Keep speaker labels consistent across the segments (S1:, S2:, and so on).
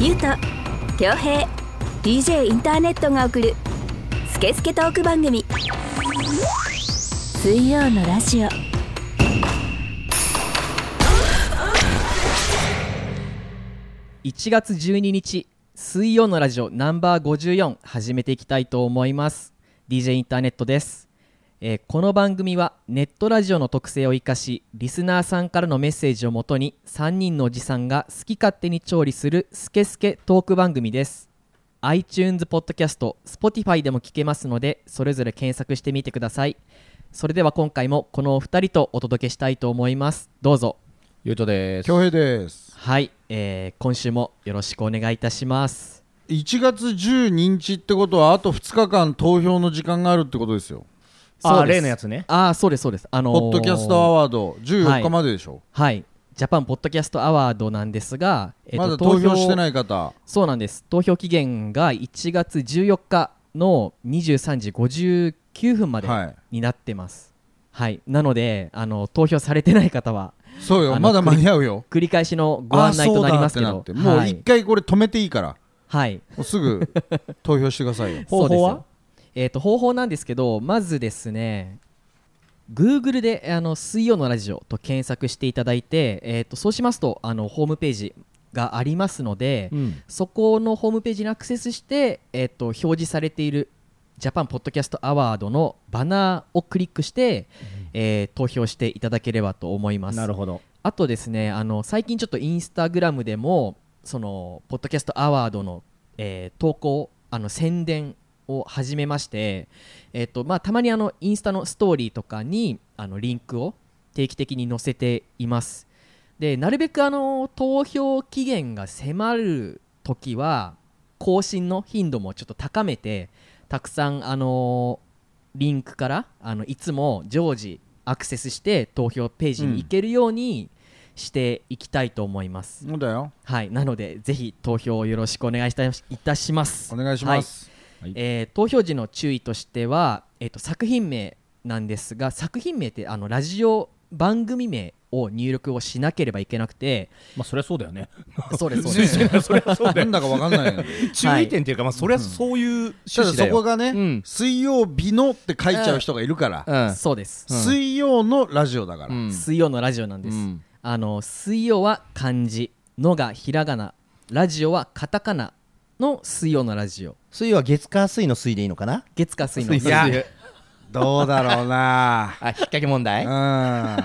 S1: ゆうと恭平 DJ インターネットが送る「スケスケトーク番組」水曜のラジオ
S2: 1月12日水曜のラジオナンバー54始めていきたいと思います DJ インターネットです、えーこの番組はネットラジオの特性を生かしリスナーさんからのメッセージをもとに3人のおじさんが好き勝手に調理するスケスケトーク番組です iTunes ポッドキャスト Spotify でも聞けますのでそれぞれ検索してみてくださいそれでは今回もこのお二人とお届けしたいと思いますどうぞ
S3: ゆうとです。
S4: 恭平です
S2: はい、えー今週もよろしくお願いいたします
S4: 1月12日ってことはあと2日間投票の時間があるってことですよ、
S2: そ
S3: あ
S2: う
S3: ー、
S2: です
S3: 例のやつね。
S2: ああそうですそうですあのー
S4: ポッドキャストアワード14日まででしょ、
S2: はいジャパンポッドキャストアワードなんですが、えっと
S4: まだ投票して
S2: い
S4: ない方
S2: そうなんです投票期限が1月14日の23時59分まで
S4: はい
S2: になってますはい、なのであの投票されてない方は
S4: そう
S2: あ
S4: よ
S2: の
S4: まだ間に合うよ
S2: 繰り返しのご案内となりますけ
S4: あ
S2: ど
S4: そうだってなってもう
S2: は
S4: 一
S2: い、
S4: 回これ止めていいから、
S2: はい、
S4: もうす ぐ投票してくださいよ
S3: 方法は
S2: そうですよえー、と方法なんですけどまずですね Google であの「水曜のラジオ」と検索していただいて、えー、とそうしますとあのホームページがありますので、
S3: うん。
S2: そこのホームページにアクセスして、えー、と表示されているジャパンポッドキャストアワードのバナーをクリックして、えー投票していただければと思います。
S3: なるほど。
S2: あとですねあの最近ちょっとインスタグラムでもそのポッドキャストアワードの、えー投稿あの宣伝を始めまして、えっとまあ、たまにあのインスタのストーリーとかにあのリンクを定期的に載せていますでなるべくあの投票期限が迫る時は更新の頻度もちょっと高めてたくさんあのリンクからあのいつも常時アクセスして投票ページに行けるようにしていきたいと思います、
S4: そうだよ
S2: はいなのでぜひ投票をよろしくお願いしたいたします
S4: お願いします、
S2: えー投票時の注意としては、えー、と作品名なんですが作品名ってあのラジオ番組名を入力をしなければいけなく て
S3: まあ、そりゃそうだよね。
S2: そう ですそうです
S3: そりゃそうだ
S4: な
S3: よ
S4: ん
S3: ね。
S4: だかわかんない よね
S3: 注意点っていうか、まあ、そりゃそういう趣
S4: ただ
S3: 旨だ
S4: そこ
S3: よ。
S4: がね、
S3: うん
S4: 水曜日のって書いちゃう人がいるから、
S3: うん。
S2: そうです、
S3: うん
S4: 水曜のラジオだから、
S3: うん
S2: 水曜のラジオなんです、
S3: うん
S2: あの水曜は漢字のがひらがなラジオはカタカナの水曜のラジオ
S5: 水は月火水の水でいいのかな
S2: 月火水の
S3: 水
S4: いや
S3: 水で
S4: どうだろうな
S5: あ、引っ掛け問
S4: うん
S5: 題
S4: 違う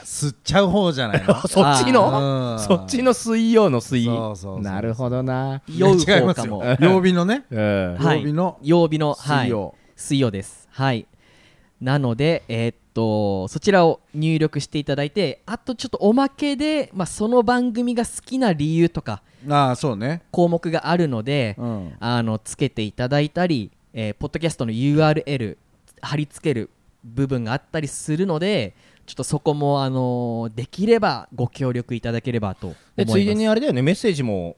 S4: 吸っちゃう方じ ゃないの
S5: あそっちの
S4: うん
S3: そっちの水曜の水。
S4: そうそうそう
S3: なるほどな。
S2: 酔う
S4: いや違い
S2: 方
S4: ます
S2: かも
S4: よ曜日のね
S3: うん。
S2: はい
S4: 曜日の
S2: 曜日のはい
S4: 水曜
S2: 水曜ですはいなのでえーっとそちらを入力していただいてあとちょっとおまけで、まあ、その番組が好きな理由とか
S4: ああそうね
S2: 項目があるので、
S4: うん
S2: あのつけていただいたり、えーポッドキャストの URL 貼り付ける部分があったりするのでちょっとそこも、あのーできればご協力いただければと思いま
S3: ですついでにあれだよね、メッセージも、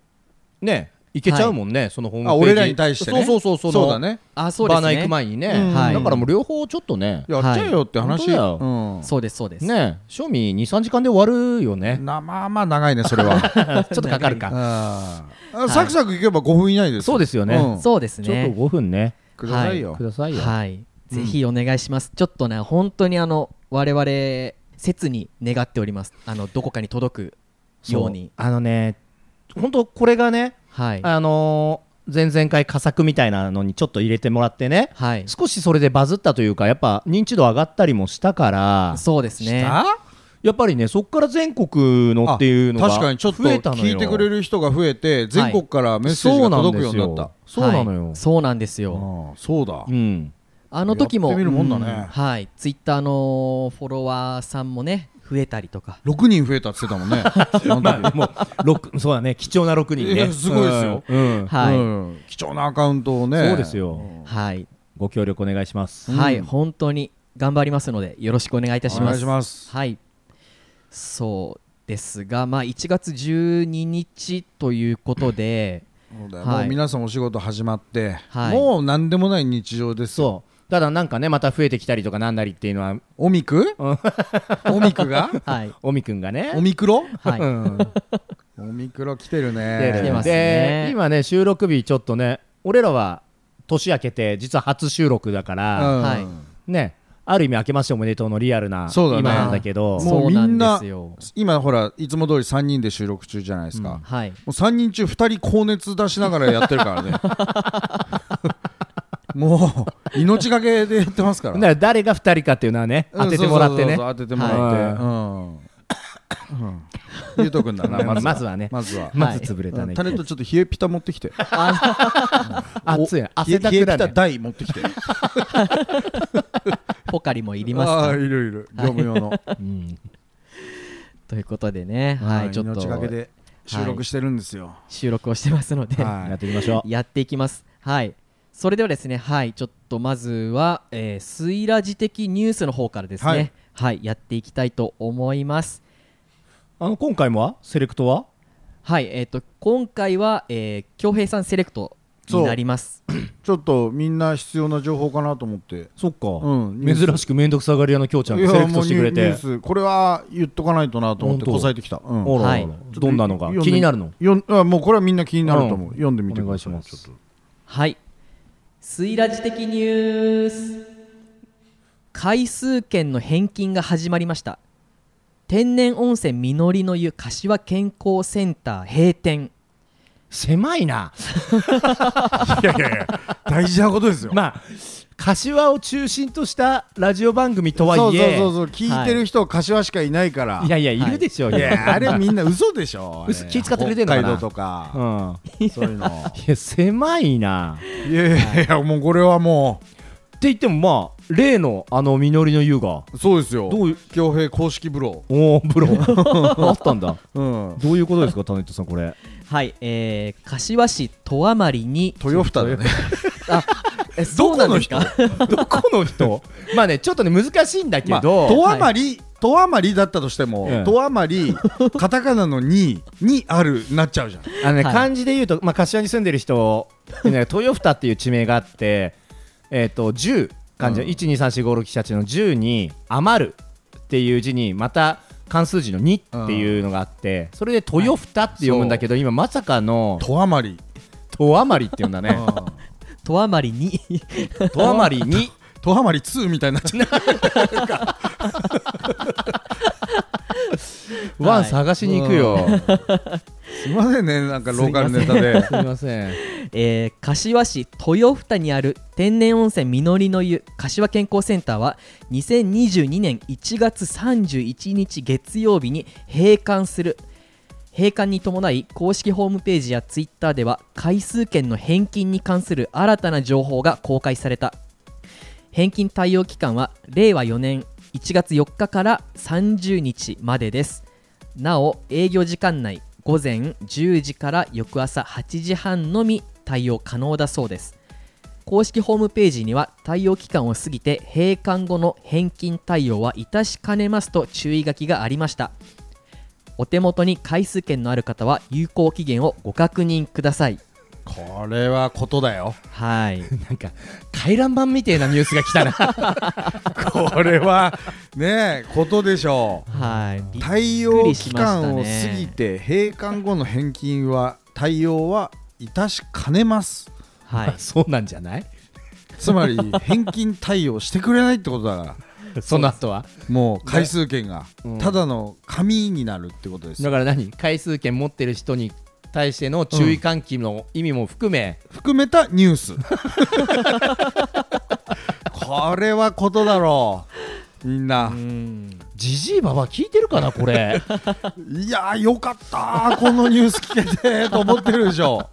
S3: ね、いけちゃうもんね、そのホームページ。
S4: あ俺らに対してね
S3: そうそうそう、
S4: そうだ。ね
S2: あそうで
S3: バ
S2: す
S3: ナー行
S2: ね
S3: く前にね。
S2: んはい
S3: だからもう両方ちょっとね、
S4: やっちゃえよって話
S3: はい本当だ
S4: うん
S2: そうですそうです、
S3: ね、賞味2、3時間で終わるよね。
S4: なまあまあ長いねそれ は
S3: ちょっとかかるか。
S4: ああサクサクいけば5分以内です
S3: そうですよね
S4: うん
S2: そうです
S3: ちょっと
S2: ね
S3: 5分ね、
S4: くださいよ
S3: くださいよ。
S2: はいぜひお願いします、ちょっとね本当にあの我々切に願っておりますあのどこかに届く
S3: そう
S2: ように
S3: あのね本当これがね、
S2: はい
S3: あのー前々回佳作みたいなのにちょっと入れてもらってね、
S2: はい
S3: 少しそれでバズったというかやっぱ認知度上がったりもしたから
S2: そうですね
S4: あ
S3: やっぱりねそっから全国のっていうのが
S4: 確かにちょっと
S3: 増えたのよ
S4: 聞いてくれる人が増えて全国からメッセージが届くようになった
S3: そうなのよ、
S2: はいそうなんですよ、
S4: ああそうだ
S3: うん
S2: あの時も
S4: やってみるもんだね
S2: うはいツイッターのフォロワーさんもね増えたりとか
S4: 6人増えたって言ってたもん ねあの時
S3: も う六そうだね貴重な6人
S4: い
S3: ね
S4: やすごいですよ
S3: うんうん
S2: はい、
S4: うん貴重なアカウントをね
S3: そうですよ
S2: はい、
S3: ご協力お願いします、
S2: はい本当に頑張りますのでよろしくお願いいたし
S4: お
S2: ま
S4: 願
S2: す
S4: いします
S2: はいそうですがまあ1月12日ということで
S4: そうだよ
S2: はい
S4: もう皆さんお仕事始まって
S2: はい
S4: もう何でもない日常ですよ
S3: そう
S5: ただなんかねまた増えてきたりとかなんなりっていうのは
S4: おみくおみく が
S2: はい、
S5: おみくんがね
S4: おみくろ
S2: はい、
S4: おみくろ来てる
S5: で
S2: 来て
S4: ね
S2: ますね
S5: で今ね収録日ちょっとね俺らは年明けて実は初収録だか
S4: う
S5: ら、
S4: ん
S2: はい
S5: ねある意味明けましておめでとうのリアルな
S4: そうだね
S5: 今なんだけど
S4: もう
S2: そう
S4: み
S2: なん
S4: んな
S2: ですよ
S4: 今ほらいつも通り3人で収録中じゃないですか、も
S2: はい、
S4: う3人中2人高熱出しながらやってるか らねもう命がけでやってますから
S5: だから誰が2人かっていうのはね
S4: うん
S5: 当ててもらってね
S4: そうそうそうそう当ててもらって、うんうんゆうとくんだなま
S5: ま
S4: ず
S5: ず
S4: は
S5: まずはね
S4: まずは
S5: まず潰れたね
S4: タレントちょっと冷えピタ持ってきて
S5: 熱い汗だ
S4: 冷
S5: く
S4: え
S5: だ
S4: ピタ
S5: ね
S4: 台持ってきて
S2: ポカリもいります
S4: あ
S2: か
S4: あいるいる業務用の
S5: うん
S2: ということでね、はい、ちょっ
S4: 命がけ
S2: と
S4: で収録してるんですよ
S2: 収録をしてますので、
S4: はい
S5: やっていきましょう
S2: やっていきます。はい。それではですね、はい、ちょっとまずは、えー、スイラジ的ニュースの方からですね、は
S4: はいい、
S2: やっていきたいと思います。
S5: あの今回もはセレクトは
S2: はい、えっ、と、今回は、えー、京平さんセレクトになります。
S4: ちょっとみんな必要な情報かなと思って
S5: そっか、
S4: うん
S5: 珍しく面倒くさがり屋のきょうちゃん
S4: い
S5: が
S4: や
S5: セレクトしてくれ
S4: もう
S5: て
S4: ニュニュースこれは言っとかないとなと思って
S5: 本当
S4: こさえてきた、うん
S5: おらおらおら
S2: はい
S5: どんなのが
S4: ちょっと読んで
S5: 気になるの
S4: よんあもうこれはみんな気になると思う、
S5: うん
S4: 読んでみて
S5: お
S4: く
S5: 願
S4: だ
S5: いし
S4: さい
S5: ます
S4: ちょっ
S2: はい。スイラジ的ニュース。回数券の返金が始まりました。天然温泉みのりの湯柏健康センター閉店。
S5: 狭いな
S4: といやいやいや大事なことですよ、
S5: まあ柏を中心としたラジオ番組とはい
S4: そうそう
S5: え
S4: そうそう聞いてる人、柏しかいないから
S5: いやいやい
S2: はい
S5: るでしょう
S4: い
S5: よ、
S4: やあれみんな嘘でしょあれ
S5: 嘘気使ってくれてんのかな
S4: 北海道と
S5: う
S4: か、
S5: ん
S4: そういうの
S5: いや狭いなっ
S4: いやいやいやもうこれはも
S5: て言ってもまあ例のあの実りの優が
S4: うそうですよ
S5: どういう
S4: 恭平公式ブロ
S5: おおブロあったんだ
S4: ー、うん、
S5: どういうことですかタネットさんこれ
S2: はい、えー、柏市戸余に、
S4: 豊二だね
S2: え、そうなんですか
S5: どこの人 まあねちょっとね難しいんだけ
S4: まあ、
S5: ど、
S4: とあまり、とあまりだったとしても、
S5: ええ
S4: とあまり、カタカナのに、にある、なっちゃうじゃん。
S5: あのね、
S2: はい
S5: 漢字で言うと、まあ、柏に住んでる人、ね、豊二っていう地名があって、えっと10漢字
S4: うん
S5: 1 2 3 4 5 6 7 8の10に余るっていう字にまた漢数字の2っていうのがあってそれで豊二って読むんだけど今まさかの
S4: とあまり。
S5: 戸余りっていうん だね
S2: 戸余りに
S5: 戸余りに
S4: とあまり2みたいになっ ちゃう。
S5: ワン探しに行くよ、
S4: すいませんね、なんかローカルネタ で。
S5: すみません
S2: えー柏市豊二にある天然温泉みのりの湯柏健康センターは2022年1月31日月曜日に閉館する閉館に伴い公式ホームページやツイッターでは回数券の返金に関する新たな情報が公開された返金対応期間は令和4年1月4日から30日までですなお営業時間内午前10時から翌朝8時半のみ対応可能だそうです公式ホームページには対応期間を過ぎて閉館後の返金対応は致しかねますと注意書きがありましたお手元に回数券のある方は有効期限をご確認ください
S4: これはことだよ。
S2: はい
S5: なんか回覧板みてえなニュースが来たな
S4: これは、ねえ、ことでしょ
S2: はいび
S4: う。
S2: っ
S4: 対
S2: びっく
S4: 応
S2: りし
S4: 期
S2: ましたね
S4: 間を過ぎて、閉館後の返金は、対応は、いたしかねます。
S2: はい
S5: そうなんじゃない
S4: つまり、返金対応してくれないってことだから。
S5: その後は
S4: もう回数券が
S5: うん
S4: ただの紙になるってことですよ
S5: だから何回数券持ってる人に対しての注意喚起の意味も含め、
S4: 含めたニュースこれはことだろうみんな
S2: うん
S5: ジジイババ聞いてるかな これ
S4: いやーよかったーこのニュース聞けてーと思ってるでしょ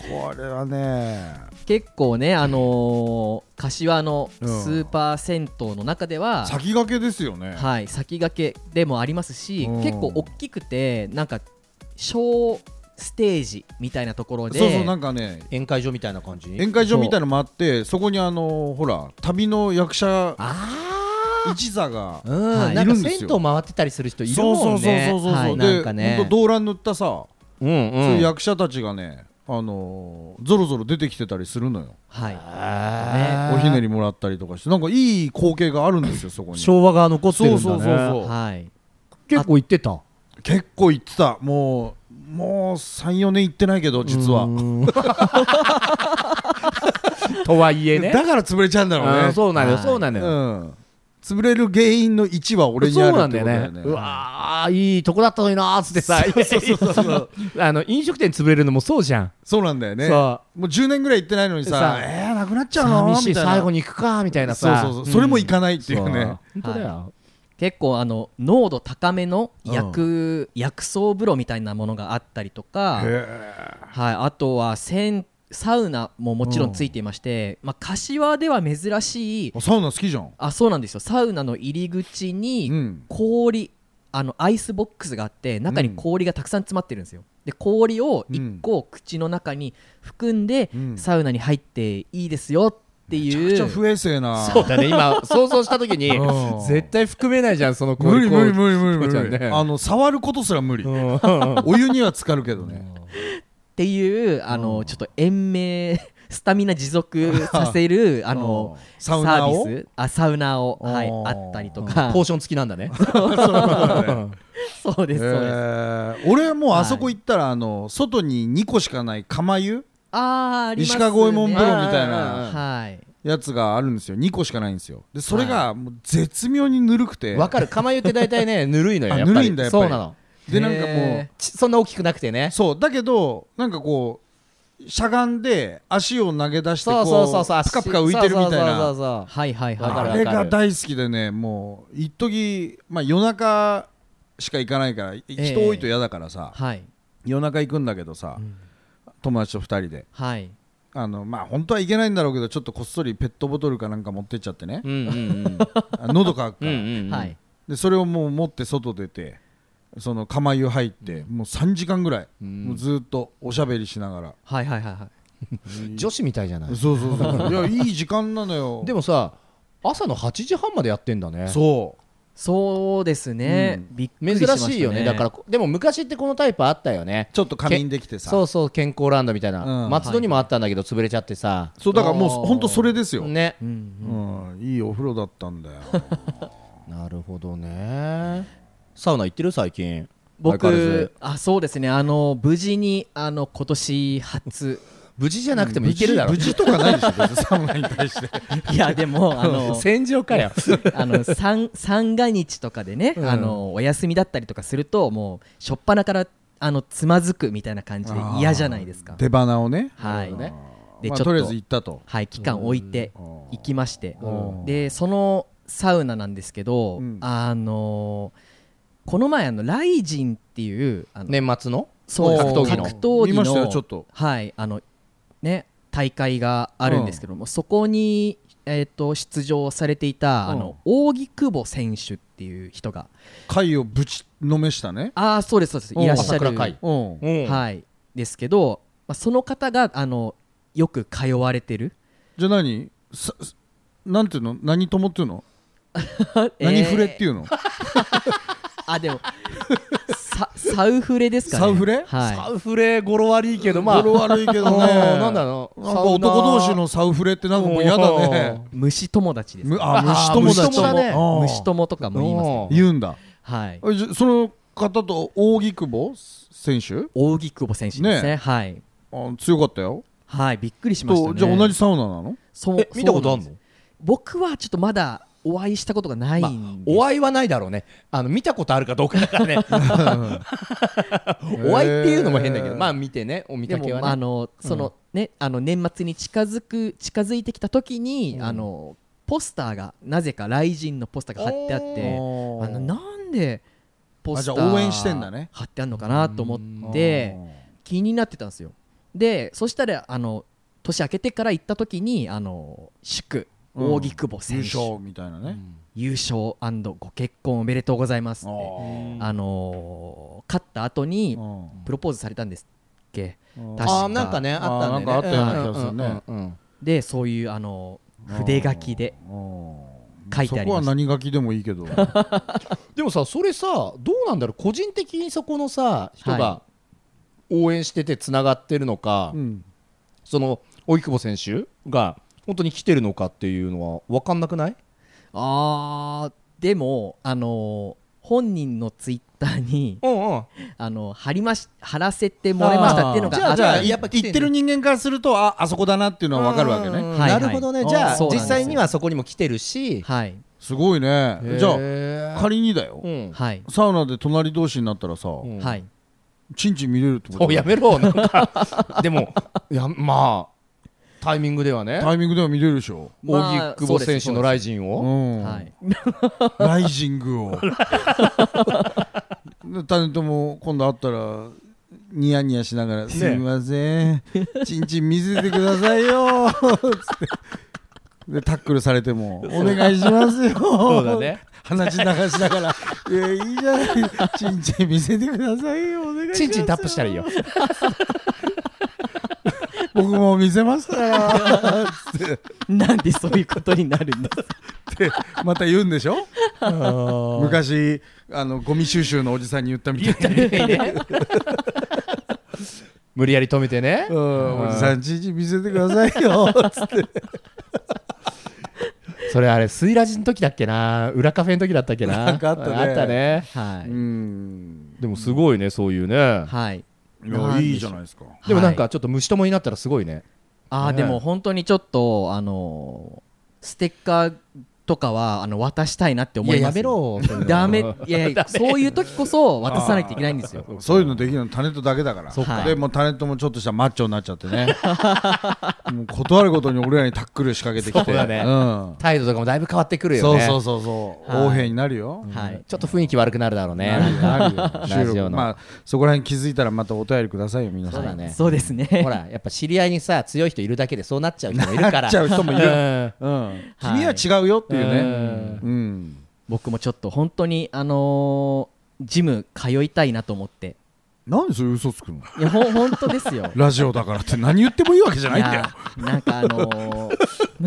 S4: これはね
S2: 結構ね、あのー柏のス
S4: うん
S2: ーパー銭湯の中では、
S4: 先駆けですよね
S2: はい、先駆けでもありますし、
S4: うん
S2: 結構大きくてなんか小ステージみたいなところで
S4: そうそうなんかね
S5: 宴会場みたいな感じ
S4: 宴会場みたいなのもあってそこにあのーほら旅の役者
S5: ああ
S4: 一座が
S5: うん、
S2: はい
S5: なん
S4: いる
S5: か
S4: んで
S5: 銭
S4: す
S5: 湯
S4: よ
S5: 回ってたりする人いるもんね
S4: そうそうそうそうそう、
S5: はい、な
S4: で
S5: んか
S4: ほん
S5: ね
S4: と動乱塗ったさ、
S5: うん
S4: そういう
S5: うん
S4: 役者たちがねあのー、ぞろぞろ出てきてたりするのよ
S2: はい
S5: あ
S4: おひねりもらったりとかしてなんかいい光景があるんですよそこに
S5: 昭和が残ってるんだね
S4: そうそうそうそう
S2: はい
S5: 結構行ってた
S4: 結構行ってたもうもう34年行ってないけど実は、
S5: とはいえね
S4: だから潰れちゃうんだろう
S5: う
S4: ね
S5: んそうなのよ
S2: はい
S5: そうなの
S4: う
S5: よ
S4: ん潰れる原因の1は俺にあ
S5: そう
S4: る
S5: な
S4: っ
S5: ん
S4: て
S5: だ
S4: こ
S5: よ
S4: とだ
S5: ね
S4: よね
S5: うわーいいとこだったのになーっつってさ あの飲食店潰れるのもそうじゃん
S4: そうなんだよね
S5: そ
S4: もう10年ぐらい行ってないのにさ
S5: さ
S4: えー、なくなっちゃうの
S5: 寂しい
S4: みたいな
S5: 最後に行くかみたいなさ
S4: そうそうそうそれも行かないっていうね、
S5: 本当だよ
S2: 結構あの濃度高めの薬,、薬草風呂みたいなものがあったりとか、はい、あとはせんサウナももちろんついていまして、まあ、柏では珍しい
S4: あサウナ好きじゃん
S2: あそうなんですよサウナの入り口
S4: う
S2: に
S4: ん
S2: 氷、あのアイスボックスがあって中に氷がたくさん詰まってるんですよで氷を1個口の中に含んで、
S4: うん
S2: サウナに入っていいですよって
S4: めちゃ
S2: いう
S4: くちゃ不衛生な
S5: そうだね今想像した時に
S4: うん
S5: 絶対含めないじゃんその
S4: 無理無理無理無理
S5: こうちゃ
S4: 無
S5: ん
S4: 理、
S5: ね
S4: あの触ることすら無理、
S5: うんうん
S4: お湯には浸かるけどね、
S2: っていうあの、ちょっと延命 スタミナ持 続させるあの
S4: うんサウナを
S2: サービスあサウナを、
S4: あー
S2: はい、あったりと
S5: ポ
S2: か
S5: ーション付きなんだね
S2: そうですそうです、
S4: えー俺はもうあそこ行ったら、あの外に2個しかない釜湯
S2: あーありますね
S4: 石川五右衛門風呂みたい
S2: あ
S4: な
S2: ーはい
S4: やつがあるんですよ2個しかないんですよでそれがもう絶妙にぬるくて、
S5: わかる釜湯って大体ねぬるいのよ
S4: あ
S5: やっぱり
S4: ぬるいんだやっぱり
S5: そうなの
S4: でなんかも
S2: へ
S4: う
S5: ちそんな大きくなくてね
S4: そうだけどなんかこうしゃがんで足を投げ出してこ
S5: そうそうそうそう
S4: プカプカ浮いてるみたい
S5: そうそう
S4: な
S5: そうそ
S2: はいはい
S5: わかる
S4: あ
S2: は
S4: れが大好きでねもう一時まあ夜中しか行かないからい
S2: え
S4: 人多いと嫌だからさ
S2: い、はい
S4: 夜中行くんだけどさ、友達と2人で
S2: はい
S4: あのまあ本当はいけないんだろうけどちょっとこっそりペットボトルかなんか持ってっちゃってね
S5: ううんうん うん
S4: あ喉乾くか
S5: うん
S4: ら、
S5: うんうん
S2: はい
S4: でそれをもう持って外出てその釜湯入ってもう3時間ぐらい、もうずっとおしゃべりしながら、
S2: はいはいはいはい
S5: 女子みたいじゃない
S4: そうそうそういやいい時間なのよ
S5: で
S4: も
S5: もさ朝の8時半までやってんだね
S4: そ
S2: そうですね、びっくり
S5: 珍
S2: しました、ね、
S5: しいよねだからこでも昔ってこのタイプあったよね
S4: うちょっと仮眠できてさ
S5: そうそう健康ランドみたいな、
S4: うん
S5: 松戸にもあったんだけど潰れちゃってさ、
S4: そうだからもう
S2: あー
S4: 本当それですよ、
S5: ね
S2: うんうん
S4: うん、いいお風呂だったんだよ
S5: なるほどねサウナ行ってる最近相変わらず
S2: 僕あそうですねあの無事にあの今年初
S5: 無事じゃなくても行けるだろ
S4: 無事無事とかないでしょ別にサウナに対して
S2: いやでもあ の
S5: 戦場かよ
S2: あの三三が日とかでね、
S5: うん
S2: あのお休みだったりとかするともう初っ端からあのつまずくみたいな感じで嫌じゃないですか。
S4: 手花をね
S2: は
S5: ないるほどね
S2: で
S4: まあ
S2: ちょっと
S4: とりあえず行ったと
S2: はい、期間置いて行きまして
S4: うん
S2: でそのサウナなんですけど、
S4: うん
S2: あのこの前あのライジンっていうあの、
S5: 年末の
S2: そう
S5: 格闘技の
S2: 格闘技
S4: 見
S2: の
S4: ましたよちょっと
S2: はいあのね大会があるんですけども、そこにえっ、と出場されていた、あの扇久保選手っていう人が
S4: 貝をぶちのめしたね
S2: ああそうですそうです
S4: うん
S2: いらっしゃ
S5: 朝
S2: る
S5: 倉海
S4: うん
S5: うん
S2: はいですけど、まあ、その方があのよく通われてる
S4: じゃあ何さなんていうの何友っていうの
S2: えー
S4: 何フレっていうの、
S2: あでもササウフレですかね
S4: サウフレ
S2: は
S5: サウフレ語呂悪いけどまあ
S4: 語呂悪いけどね
S5: うんなんだろう
S4: なんか男同士のサウフレってなんかもう嫌だね
S2: い虫友達です
S4: むあ虫友
S5: 虫
S4: 達
S5: 友だね
S4: あー
S2: 虫友とかも言いますね
S4: 言うんだ
S2: はい
S4: あじゃその方と扇久保選手
S2: 扇久保選手ですね
S4: ね
S2: はい
S4: あ強かったよ
S2: はいびっくりしました
S4: と
S2: ね
S4: じゃあ同じサウナなの
S2: そう
S5: え見たことあん
S2: そうなんで
S5: の
S2: す僕はちょっとまだお会いしたことがない
S5: まあ
S2: んで、
S5: お会いはないだろうねあの見たことあるかどうかだからね お会いっていうのも変だけどまあ見てねお見
S2: で
S5: か
S2: も、
S5: けはね
S2: まああのそのねあの年末に近づく近づいてきた時に、あのポスターがなぜか雷神のポスターが貼ってあってあのなんでポスタ
S4: あじゃあ
S2: ー
S4: 応援してんだね
S2: 貼ってあるのかなと思って気になってたんですよでそしたらあの年明けてから行った時にあの祝
S4: うん
S2: 扇久保
S4: 優
S2: 選手、
S4: 勝みたいなね
S2: 優勝ご結婚おめでとうございますって
S4: あ
S2: あのー勝った後に
S4: ー
S2: プロポーズされたんですっけ
S4: うん
S2: 確
S5: あ
S2: か
S5: ーなんかねあったんだ
S4: あーなんかあっ
S5: よね
S4: たような気がするね
S5: うんうんうんうん
S2: でそういうあのー筆書きで
S4: うん
S2: 書いてありました
S4: そこは何書きでもいいけど
S5: でもさそれさどうなんだろう個人的にそこのさ人
S2: は
S5: が
S3: 応援しててつながってるのか、
S4: うん
S3: その荻久保選手が本当に来てるのかっていうのは分かんなくない
S2: あーでもあの本人のツイッタ ーに
S3: うんうん
S2: あの貼りまし貼らせてもらいましたっていうのが
S3: あー
S2: あっ
S4: じ
S2: た
S4: ゃあ
S2: り
S4: 言ってる人間からするとああそこだなっていうのは分かるわけ
S3: うん
S4: ね
S2: はいはい
S5: なるほどね
S2: あ
S5: じゃあ
S2: そうなんで
S5: 実
S2: すよ
S5: 際にはそこにも来てるし
S2: はい
S4: すごいねじゃあ
S3: ゃ
S4: 仮にだよ、
S3: うん
S2: はい
S4: サウナで隣同士になったらさ、
S3: うん
S2: はい
S4: チンチン見れるってこと
S3: おやめろなんか でもいやまあタイミングではね
S4: タイミングでは見れるでしょ、
S3: 荻
S2: まあ
S3: 久保選手のライジン
S4: う
S3: を
S4: ん
S2: はい
S4: ライジ ングをでタレントも今度会ったらニヤニヤしながら「すみませんちんちん見せてくださいよ」つってでタックルされても「お願いしますよ」
S3: そうだね
S4: 鼻血流しながら「いやいいじゃないちんちん見せてくださいよお願いします
S3: チンチンタップしたらいいよ
S4: 僕も見 せますから」つって
S2: なんでそういうことになるんです
S4: また言うんでし ょ昔あのゴミ収集のおじさんに言ったみたいな
S3: 無理やり止めてね
S4: うんおじさんちんちん見せてください よつって
S3: それあれスイラジの時だっけな裏カフェの時だったっけな
S4: なんかあったね
S3: あったね
S2: は
S4: う
S2: い
S4: ん
S3: でもすごいねそういうね
S2: はい
S4: い
S2: なんでしょ
S4: や
S2: う
S4: いいじゃないですか
S3: でもなんかちょっと虫友になったらすごいね
S2: あー
S3: ね
S2: でも本当にちょっとあのーステッカーとかはあの渡したいなって思いますよ
S3: ろ
S2: ダ メい やいやそういう時こそ渡さないといけないんですよ
S4: そういうのできるのタネットだけだから
S2: そっか
S4: でもうタネットもちょっとしたマッチョになっちゃっ てねもう断るごとに俺らにタックル仕掛けてき
S3: そ
S4: て
S3: うだね
S4: うん
S3: 態度とかもだいぶ変わってくるよ
S4: そう
S3: ね
S4: そうそうそう
S2: はい
S4: 横柄になるよ
S2: はい
S3: ちょっと雰囲気悪くなるだろうね
S4: なるよなるよ収
S3: ラジオの
S4: 録まあそこら辺気づいたらまたお便りくださいよ皆さ
S3: そうだ
S4: ん
S3: ね
S2: そうですね
S5: ほらやっぱ知り合いにさ強い人いるだけでそうなっちゃう人もいるから
S4: なっちゃう人もいる
S3: る
S4: うん
S2: はい
S4: 君は違うよっていう
S3: う
S4: ねうん
S2: 僕もちょっと本当にあのージム通いたいなと思って
S4: なんでそういう嘘つくの
S2: いやほん本当ですよ
S4: ラジオだからって何言ってもいいわけ じゃないんだよ
S2: いやなんかあのー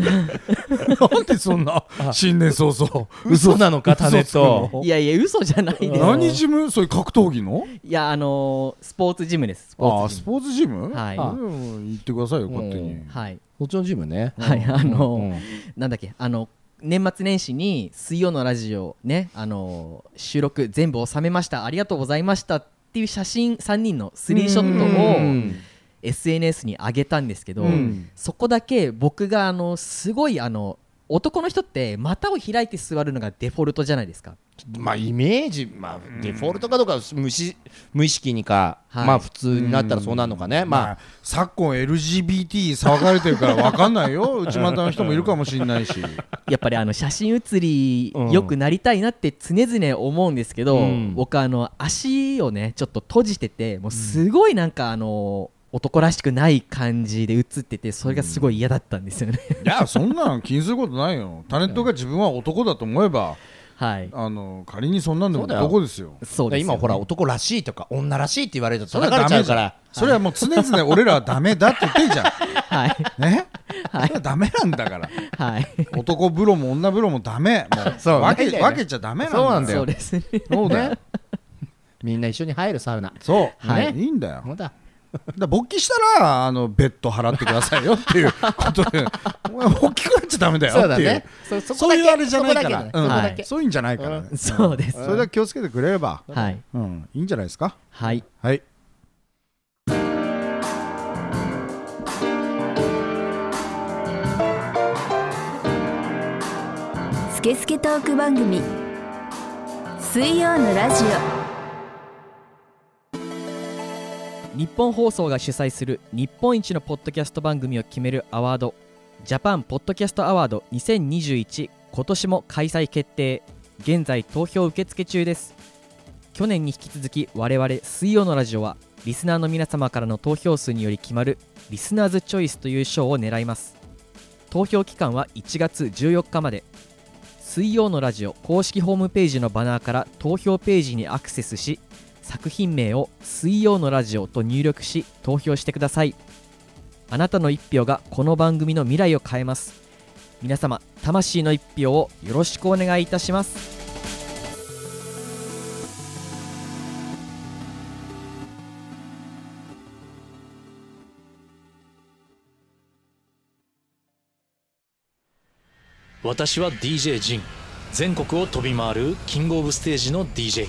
S4: なんでそんな新年早々
S3: 嘘なのかタネ
S4: 嘘つくの
S3: と
S2: いやいや嘘じゃないです
S4: 何ジムそういう格闘技の
S2: いやあのースポーツジムですスポ
S4: ああ
S2: ー
S4: ー
S2: ツ
S4: ス
S2: ジム
S4: ポーツジム
S2: はい
S4: あうん言ってくださいよ勝手
S3: う
S4: に
S3: ん
S2: はい
S3: そっちのジムね
S2: はいあのー
S3: うん
S2: なんだっけあの年末年始に水曜のラジオねあのー収録全部収めましたありがとうございましたっていう写真3人のスリーショッ
S3: う
S2: トを
S3: ん
S2: SNS に上げたんですけど、
S4: うん
S2: そこだけ僕があのすごいあの男の人って股を開いて座るのがデフォルトじゃないですか
S3: まあイメージまあデフォルトかどうかは無し無意識にか
S2: はい
S3: まあ普通になったらそうなるのかね
S4: ま
S3: まあ
S4: あ昨今 LGBT 騒がれてるから分かんないよ内股の人もいるかもしれないし
S2: やっぱりあの写真写り
S3: うん
S2: 良くなりたいなって常々思うんですけど、
S3: うん
S2: 僕あの足をねちょっと閉じててもうすごいなんかあの男らしくない感じで写っててそれがすごい嫌だったんですよね、
S4: いやそんなの気にすることないよタネットが自分は男だと思えば
S2: はい
S4: あの仮にそんなんでも
S3: そうだよ
S4: 男ですよ
S2: そうですよね
S3: 今ほら男らしいとか女らしいって言われると
S4: それ
S3: 叩
S4: は
S3: かれちゃう
S4: ダメじゃ
S3: か
S4: ん
S3: ら
S4: それはもう常々俺らはダメだって言ってんじゃん
S2: はい
S4: ねそれはダメなんだから
S2: はい
S4: 男風呂も女風呂もダメもう
S3: そう
S4: 分
S3: な
S4: け
S3: いんだよね
S4: 分けちゃダメなんだ
S3: そうなんだ
S2: そ
S3: よ
S2: うですね
S4: そうだよ
S3: みんな一緒に入るサウナ
S4: そう、
S3: はい
S4: ねいいんだよ
S3: ほんだ
S4: だから勃起したらあのベッド払ってくださいよっていうことで お前大きくなっちゃダメだよって
S3: そ
S4: いう
S3: うだねそそこ
S4: そう
S3: だ
S4: い
S3: け
S4: うあれじゃないか
S3: そ
S4: ら
S3: こだけだね
S4: うん
S3: そこ
S2: だけ
S4: そういうんじゃないからね、
S2: そうです
S4: それだけ気をつけてくれれば、
S2: はい
S4: うん、いいんじゃないですか
S2: はい
S4: はい
S1: スケスケトーク番組水曜のラジオ
S2: 日本放送が主催する日本一のポッドキャスト番組を決めるアワードジャパンポッドキャストアワード2021今年も開催決定現在投票受付中です去年に引き続き我々水曜のラジオはリスナーの皆様からの投票数により決まるリスナーズチョイスという賞を狙います投票期間は1月14日まで水曜のラジオ公式ホームページのバナーから投票ページにアクセスし作品名を「水曜のラジオ」と入力し投票してくださいあなたの一票がこの番組の未来を変えます皆様魂の一票をよろしくお願いいたします
S6: 私は DJ ジン全国を飛び回るキングオブステージの DJ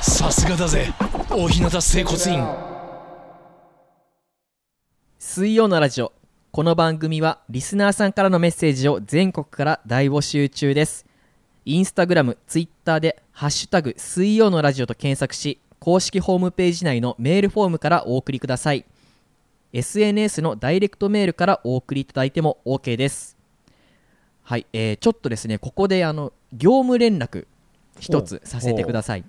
S6: さすがだぜ大日向整骨院
S2: 水曜のラジオこの番組はリスナーさんからのメッセージを全国から大募集中ですインスタグラムツイッターで「ハッシュタグ水曜のラジオ」と検索し公式ホームページ内のメールフォームからお送りください SNS のダイレクトメールからお送りいただいても OK ですはい、えー、ちょっとですねここであの業務連絡一つさせてください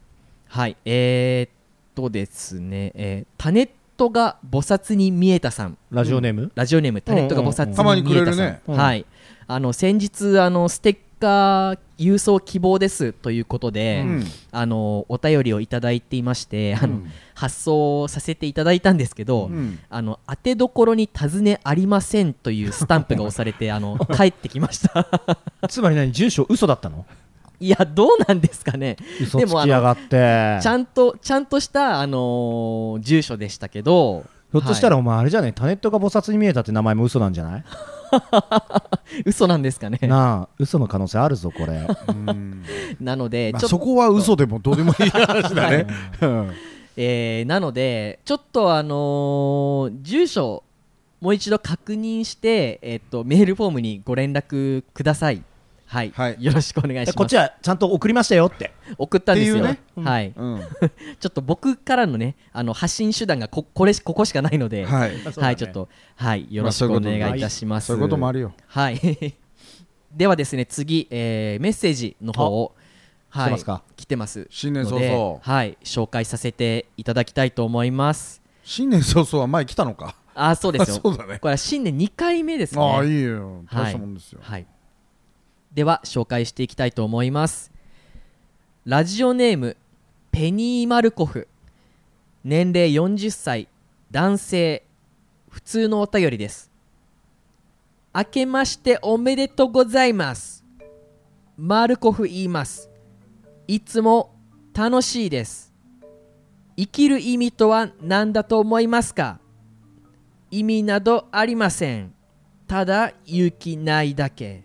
S2: はいえー、っとですね、えータネットが菩薩に見えたさん
S3: ラジオネーム、
S2: ラジオネームタネットが菩薩
S4: たまにくれる
S2: さん
S4: ね
S2: はいあの先日あのステッカー郵送希望ですということで、
S4: うん
S2: あのお便りをいただいていましてあの、発送させていただいたんですけど、
S4: うん
S2: あの当てどころに尋ねありませんというスタンプが押されてあの帰ってきました
S3: つまり何住所嘘だったの
S2: いやどうなんですかね
S3: 嘘
S2: で
S3: つき
S2: もあ
S3: や
S2: の
S3: がって
S2: ちゃんとちゃんとした、あのー住所でしたけど
S3: ひょっとしたら
S2: は
S3: お前あれじゃないタネットが菩薩に見えたって名前も嘘なんじゃない
S2: い嘘なんですかねな
S3: なあ嘘の可能性あるぞこ れ
S2: ので、
S4: まあ
S2: ちょっと
S4: そこは嘘でもどうでもいい話だねうん
S2: えーなので、ちょっとあのー住所、もう一度確認して、えっと、メールフォームにご連絡ください。はい。
S4: はい
S2: よろしくお願いします。
S3: こっちはちゃんと送りましたよって
S2: 送ったんですよ。
S4: っていうね
S2: はい。
S4: うん
S2: ちょっと僕からのね、あの、発信手段がこ、これし、ここしかないので、
S4: はい
S2: はい、ちょっと、はい、よろしくお願いいたします。
S4: そういうこともあるよ
S2: はい。 ではですね、次、えーメッセージの方を、は
S3: 来てますか
S2: 来てます。
S4: 新年早
S2: ので
S4: 々
S2: はい、紹介させていただきたいと思います。
S4: 新年早々は前来たのか。
S2: あーそうですよ
S4: そうだね
S2: これは新年2回目ですね。
S4: ああいいよ大したもんですよ
S2: はい、では紹介していきたいと思いますラジオネームペニー・マルコフ年齢40歳男性普通のお便りです明けましておめでとうございますマルコフ言いますいつも楽しいです生きる意味とは何だと思いますか意味などありませんただ勇気ないだけ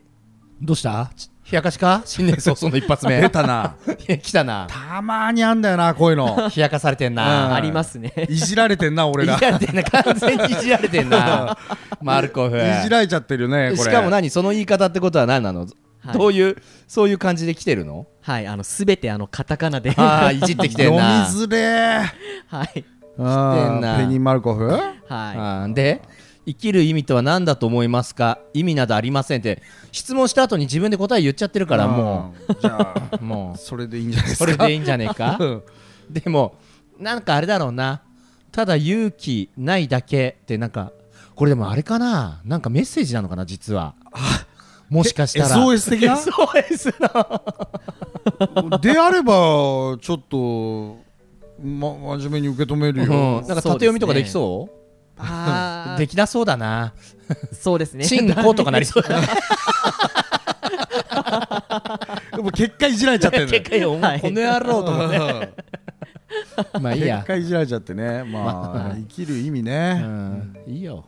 S3: どうしたち
S5: 冷やかしか新年早々の一発目
S4: 出たな
S5: 来たな
S4: たまーにあんだよなこういう の
S5: 冷やかされてん
S4: う
S5: なん
S2: ありますね
S4: いじられてんな俺
S5: い
S4: ら
S5: じられてんな完全にいじられてんな マルコフ
S4: いじられちゃってるねこ
S5: し
S4: れ
S5: かも何その言い方ってことは何なの
S2: はい
S5: どういうそういう感じで来てるの
S2: はいあの全てあのカタカナで
S5: あ
S2: は
S5: あいじってきてんな
S4: 飲みづれ ー
S2: い
S4: あ
S5: んな
S4: ーペニー・マルコフ
S2: は
S5: あーで生きる意味とは何だと思いますか意味などありませんって質問した後に自分で答え言っちゃってるからも
S4: うじゃあ
S5: うも
S4: それでいいんじゃないうです
S5: そ
S4: か
S5: れでいいんじゃねえ か
S4: うん
S5: でもなんかあれだろうなただ勇気ないだけってなんかこれでもあれかななんかメッセージなのかな実はもしかしたら
S4: SOS 的
S5: SOS
S4: なであればちょっとま真面目に受け止める
S5: の、う
S4: よ
S5: ん、なんか縦読みとかできそう
S2: いあ
S5: できなそうだな
S2: そうです ね
S5: チンコとかなりそうだな
S4: でも結果いじられちゃってる ね
S5: 結果よ、
S2: はい
S5: この野郎と思って まあいい
S4: 結
S5: や
S4: 果いじられちゃって ねまあ生きる意味
S5: う
S4: ね
S5: んいいよ、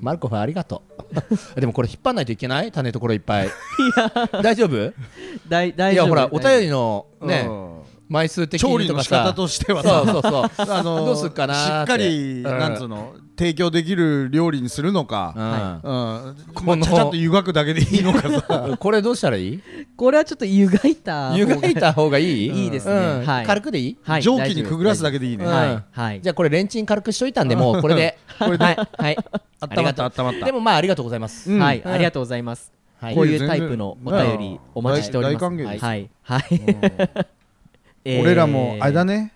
S5: マルコフありがとう でもこれ引っ張らないといけない種ところいっ ぱい大丈夫
S2: 大大
S5: い
S2: 丈夫
S5: やほらお便り
S2: り
S5: の
S4: う
S5: ね
S4: ん
S5: 枚数的
S4: 調
S5: に
S4: 理
S5: と
S4: の
S5: か
S4: 仕方
S5: さ
S4: としては
S5: そう
S4: さ
S5: そうそう
S4: あの
S5: どうすっかなー
S4: しっ
S5: って
S4: かり
S5: うん
S4: なんつうの提供できる料理にするの
S5: う
S4: か
S5: ん
S4: うんまあ
S5: この
S4: ちゃちゃっと湯がくだけでいいのか さ
S5: これどうしたらいい
S2: これはちょっと湯がいた
S5: 湯がいた方がいい
S2: いいですね
S5: うん
S2: はい
S5: 軽くでいい
S2: はい
S4: 蒸気にくぐらすだ
S2: け
S4: けでいいね
S5: うん
S2: はいはい
S5: じゃあこれレンチン軽くしといたんでもうこれで
S2: これではいはい
S5: あ
S2: ありがとう
S5: ったまったでもまあありがとうございます
S4: うん
S2: はい
S5: うん
S2: ありがとうございます
S5: はい
S2: こういうタイプのお便りお待ちしております
S4: 大大歓迎です
S2: はいはい えー
S4: 俺らもあれだね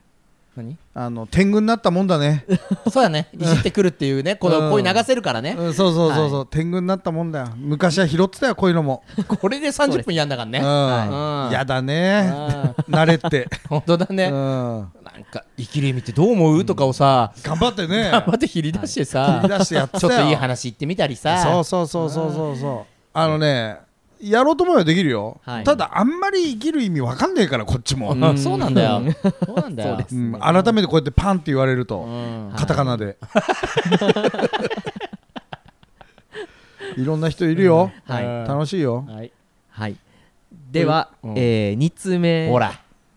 S5: 何
S4: あの天狗になったもんだね、
S5: そうだねいじってくるっていうねこの声流せるからね、
S4: うん、そうそうそうそう、天狗になったもんだよ昔は拾ってたよこういうのも、
S5: これで30分やんだからね
S4: うん
S5: はい
S4: やだね
S5: あー
S4: 慣れって、
S5: 本当だ
S4: う
S5: ね、
S4: ん、頑
S5: なんか生きる意味ってどう思うとかをさ、
S4: 張ってね
S5: 頑張って切り出してさ、
S4: 切り出してやって
S5: ち
S4: た
S5: ょ
S4: よ
S5: っといい話言ってみたりさ
S4: そうそうそうそうそうそうあのねやろうと思えばできるよ、
S2: はい
S4: ただあんまり生きる意味わかんねえからこっちも、
S5: うんそうなんだよそうなんだ
S2: そう
S5: よ
S2: です
S4: うん改めてこうやってパンって言われると、
S5: うん
S4: カタカナでいろんな人いるよ、
S2: はい
S4: 楽しいよ、
S5: はい
S2: はいでは、え2通目
S5: ほら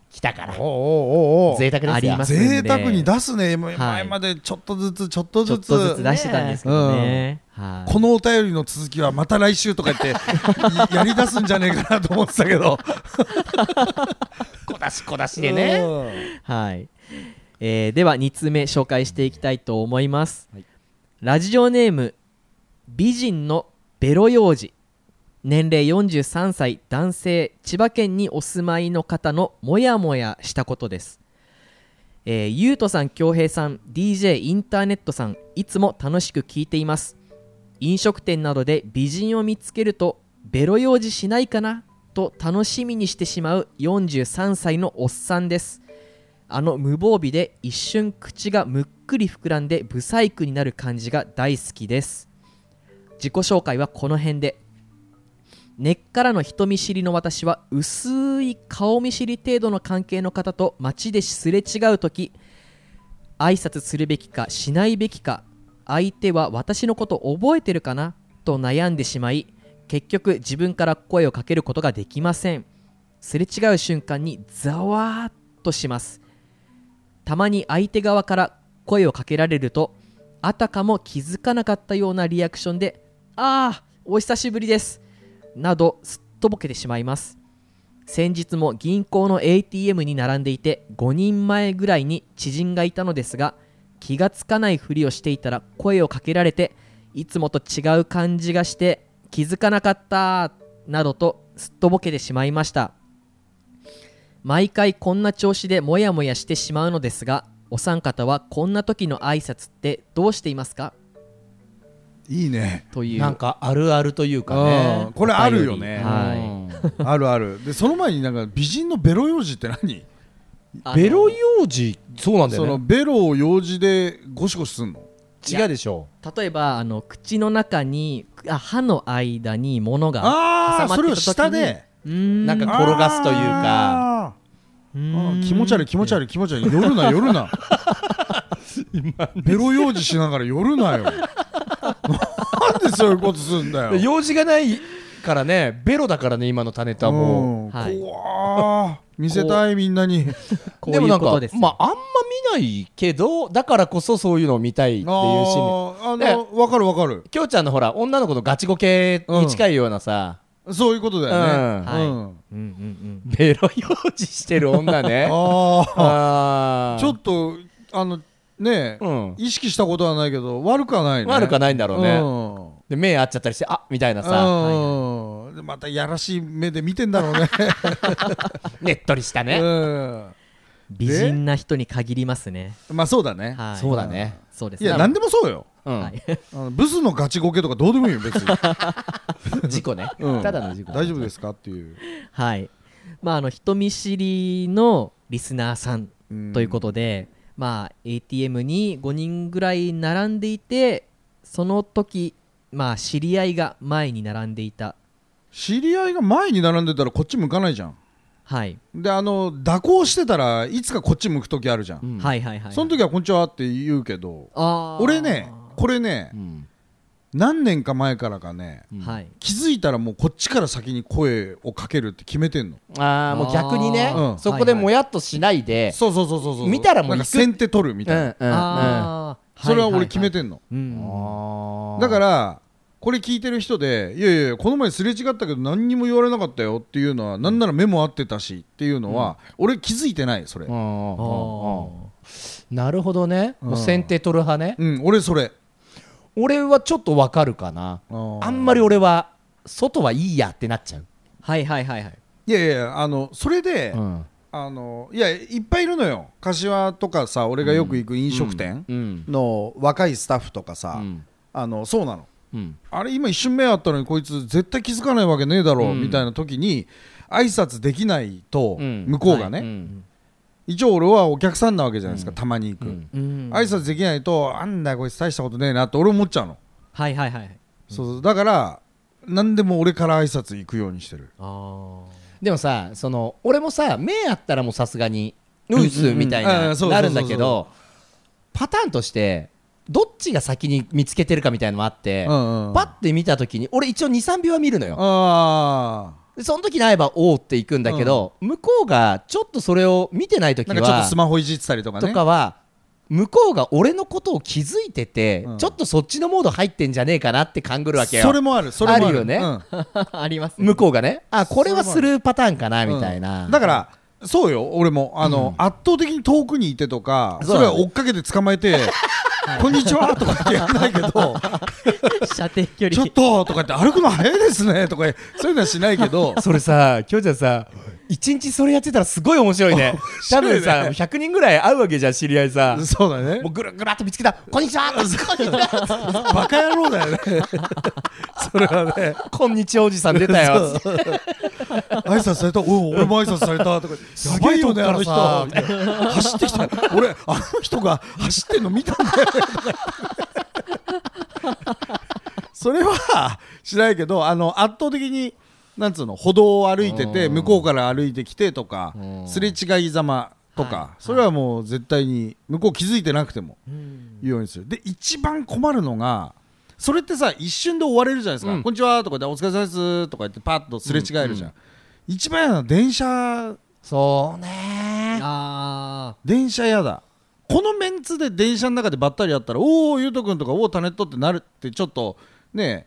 S5: 来たから
S4: おうおうおうおう
S5: 贅沢ですよ
S2: ありますんで
S4: 贅沢に出すねもう
S2: い
S4: 前までちょっとずつちょっと
S2: ちょ
S4: ず
S2: っ
S4: つ
S2: とずつ出してたんですけどね、はい
S4: このお便りの続きはまた来週とか言って いやり出すんじゃねえかなと思ってたけど
S5: 小出し小出しでね
S2: はい、えーでは2通目紹介していきたいと思います、ラジオネーム美人のベロ幼児年齢43歳男性千葉県にお住まいの方のモヤモヤしたことですえー、ゆうとさん、きょうへいさん、DJ インターネットさん、いつも楽しく聞いています。飲食店などで美人を見つけると、ベロ用事しないかなと楽しみにしてしまう43歳のおっさんです。あの無防備で一瞬口がむっくり膨らんでブサイクになる感じが大好きです自己紹介はこの辺で根っからの人見知りの私は薄い顔見知り程度の関係の方と街ですれ違う時挨拶するべきかしないべきか相手は私のこと覚えてるかなと悩んでしまい結局自分から声をかけることができませんすれ違う瞬間にざわーっとしますたまに相手側から声をかけられるとあたかも気づかなかったようなリアクションで「ああお久しぶりです」などすっとぼけてしまいます先日も銀行の ATM に並んでいて5人前ぐらいに知人がいたのですが気がつかないふりをしていたら声をかけられていつもと違う感じがして気づかなかったなどとすっとぼけてしまいました毎回こんな調子でモヤモヤしてしまうのですがお三方はこんな時の挨拶ってどうしていますか
S4: いいね
S2: という
S5: なんかあるあるというか
S4: う
S5: ね
S4: んこれあるよね
S2: は
S4: あるあるでその前になんか美人のベロ用事って何
S2: あの
S5: ベロ幼児そうなんだ
S4: その
S5: よね
S4: ベロを用事でゴシゴシすんの
S2: の
S5: 違うでしょ
S2: 例えばあの口の中にあ歯の間に物が
S4: あ
S2: 挟
S4: あ
S2: まってた時に
S4: それを下で
S2: うーん
S5: なんか転がすというか
S2: う
S4: あ
S2: ーん
S4: ー気持ち悪い気持ち悪い気持ち悪い寄るな寄る なベロ用事しながら寄るなよなんでそういうことすんだよ
S5: 用事がないからねベロだからね今のタネタ
S4: う
S5: も
S4: ん
S2: はい
S4: 怖ー見せたいみんなに
S2: こういうことです
S5: もなんかまああんま見ないけどだからこそそういうのを見たいっていう
S4: あ
S5: 心理
S4: ーあのわかるわかる
S5: きょうちゃんのほら女の子のガチゴケに近いようなさ、
S4: そういうことだよね、
S2: うん
S4: うん
S2: うんうん
S5: ベロ用事してる女ね
S4: ああ
S5: あー
S4: ちょっとあのねえ、
S5: うん
S4: 意識したことはないけど悪くはないね
S5: 悪くはないんだろうね、
S4: うん
S5: で目合っちゃったりしてあみたいなさ、
S4: うんでまたやらしい目で見てんだろうね
S5: ねっとりした ね、
S2: うん美人な人に限りますね
S4: うんまあそうだね、
S2: はい
S5: そうだね、
S2: そうです
S4: い、や何でもそうよ
S5: うん
S2: はい
S4: あのブスのガチゴケとかどうでもいいよ別に、
S5: 事故ね、
S4: うん
S5: ただの事故
S4: 大丈夫ですかっていう
S2: はいまああの人見知りのリスナーさん
S4: うん
S2: ということで、まあ ATM に5人ぐらい並んでいてその時まあ知り合いが前に並んでいた
S4: 知り合いが前に並んでたらこっち向かないじゃん
S2: はい、
S4: であの蛇行してたらいつかこっち向く時あるじゃん、
S5: うん
S2: はいはいはい
S4: その時は「こんにちは」って言うけど
S2: あー
S4: 俺ねこれね
S5: うん
S4: 何年か前からかね
S2: はい
S4: 気づいたらもうこっちから先に声をかけるって決めてんの
S5: ああもう逆にね、
S2: あー
S4: うん
S5: そこでもやっとしないで、
S4: そうそうそうそうそう
S5: 見たらも
S4: な
S5: う
S4: ん
S5: 行く
S4: か先手取るみたいな、
S5: うんうんうん
S2: あー
S4: それは俺決めて
S2: い
S4: んの、
S2: いいうん
S5: あー
S4: だからこれ聞いてる人で「いやいやいやこの前すれ違ったけど何にも言われなかったよ」っていうのはなんなら目も合ってたしっていうのは、俺気づいてないそれ
S5: う
S4: うん、
S5: んうん
S2: あ
S5: うんうん
S2: ー
S5: なるほどね、
S4: うん
S5: もう先手取る派ね
S4: 俺それ
S5: 俺はちょっとわかるかなあんまり俺は外はいいやってなっちゃう、
S2: はいはいはいはい
S4: いやいやあのそれで、
S5: ん、
S4: あのいやいっぱいいるのよ柏とかさ俺がよく行く飲食店
S5: うん
S4: の若いスタッフとか
S5: う
S4: さ、
S5: ん
S4: あのそうなの
S5: うん
S4: あれ今一瞬目あったのにこいつ絶対気づかないわけねえだろう、
S5: うん
S4: みたいな時に挨拶できないと
S5: うん
S4: 向こうがね、
S5: はい
S4: 一応俺はお客さんなわけじゃないですか、たまに行く、
S5: うん
S2: うん
S4: 挨拶できないとあんだよこいつ大したことねえなって俺思っちゃうの、
S2: はいはいはい
S4: そうそうだから何でも俺から挨拶行くようにしてる
S2: あ
S5: でもさその俺もさ目あったらもうさすがに「
S4: ん
S5: うっす」みたい
S4: うんう
S5: なん
S4: そうそうそうそう
S5: なるんだけどパターンとしてどっちが先に見つけてるかみたいのもあって、
S4: うんうん
S5: パッて見た時に俺一応23秒は見るのよ
S4: あ
S5: でその時に会えば「おお」っていくんだけど、向こうがちょっとそれを見てない時
S4: あな
S5: は
S4: んかちょっとスマホいじってたりとかね
S5: とかは向こうが俺のことを気づいてて、
S4: うん
S5: ちょっとそっちのモード入ってんじゃねえかなって勘ぐるわけよ
S4: それもあるそれもある
S5: あるよね
S4: うん
S2: あ ありますね
S5: 向こうがねあこれはスルーパターンかなみたいな、
S4: うんだからそうよ俺もあの、圧倒的に遠くにいてとか
S5: そ
S4: そう
S5: だ
S4: れ
S5: ね
S4: は追っかけて捕まえ て「こんにちは」とかってやんないけど
S2: 射程距
S4: 「ち
S2: 離
S4: ょっと」とかって歩くの早いですねとかそういうのはしないけど
S5: それさ、きょうちゃんさ、一日それやってたらすごい面白いね。多分さ、100人ぐらい会うわけじゃん、知り合いさ。
S4: そうだね
S5: もうぐらぐらっと見つけた、こんにちは、こんにちは、
S4: バカ野郎だよ ねそれはね
S5: こんにちはおじさん出たよ。
S4: 挨拶された、うん、俺も挨拶されたとか、やばいよね、あの人。走ってきた、俺、あの人が走ってんの見たんだよねとか。それはしないけど、あの圧倒的に。なんつうの歩道を歩いてて向こうから歩いてきてとかすれ違いざまとか、それはもう絶対に向こう気づいてなくても言うようにするで一番困るのがそれってさ一瞬で終われるじゃないですか「こんにちは」とかで「お疲れ様です」とか言ってパッとすれ違えるじゃん、一番嫌なのは電車
S5: そうね。
S2: あ
S4: 電車嫌だこのメンツで電車の中でばったりやったら「おおゆうとくん」とか「おおタネット」ってなるってちょっとね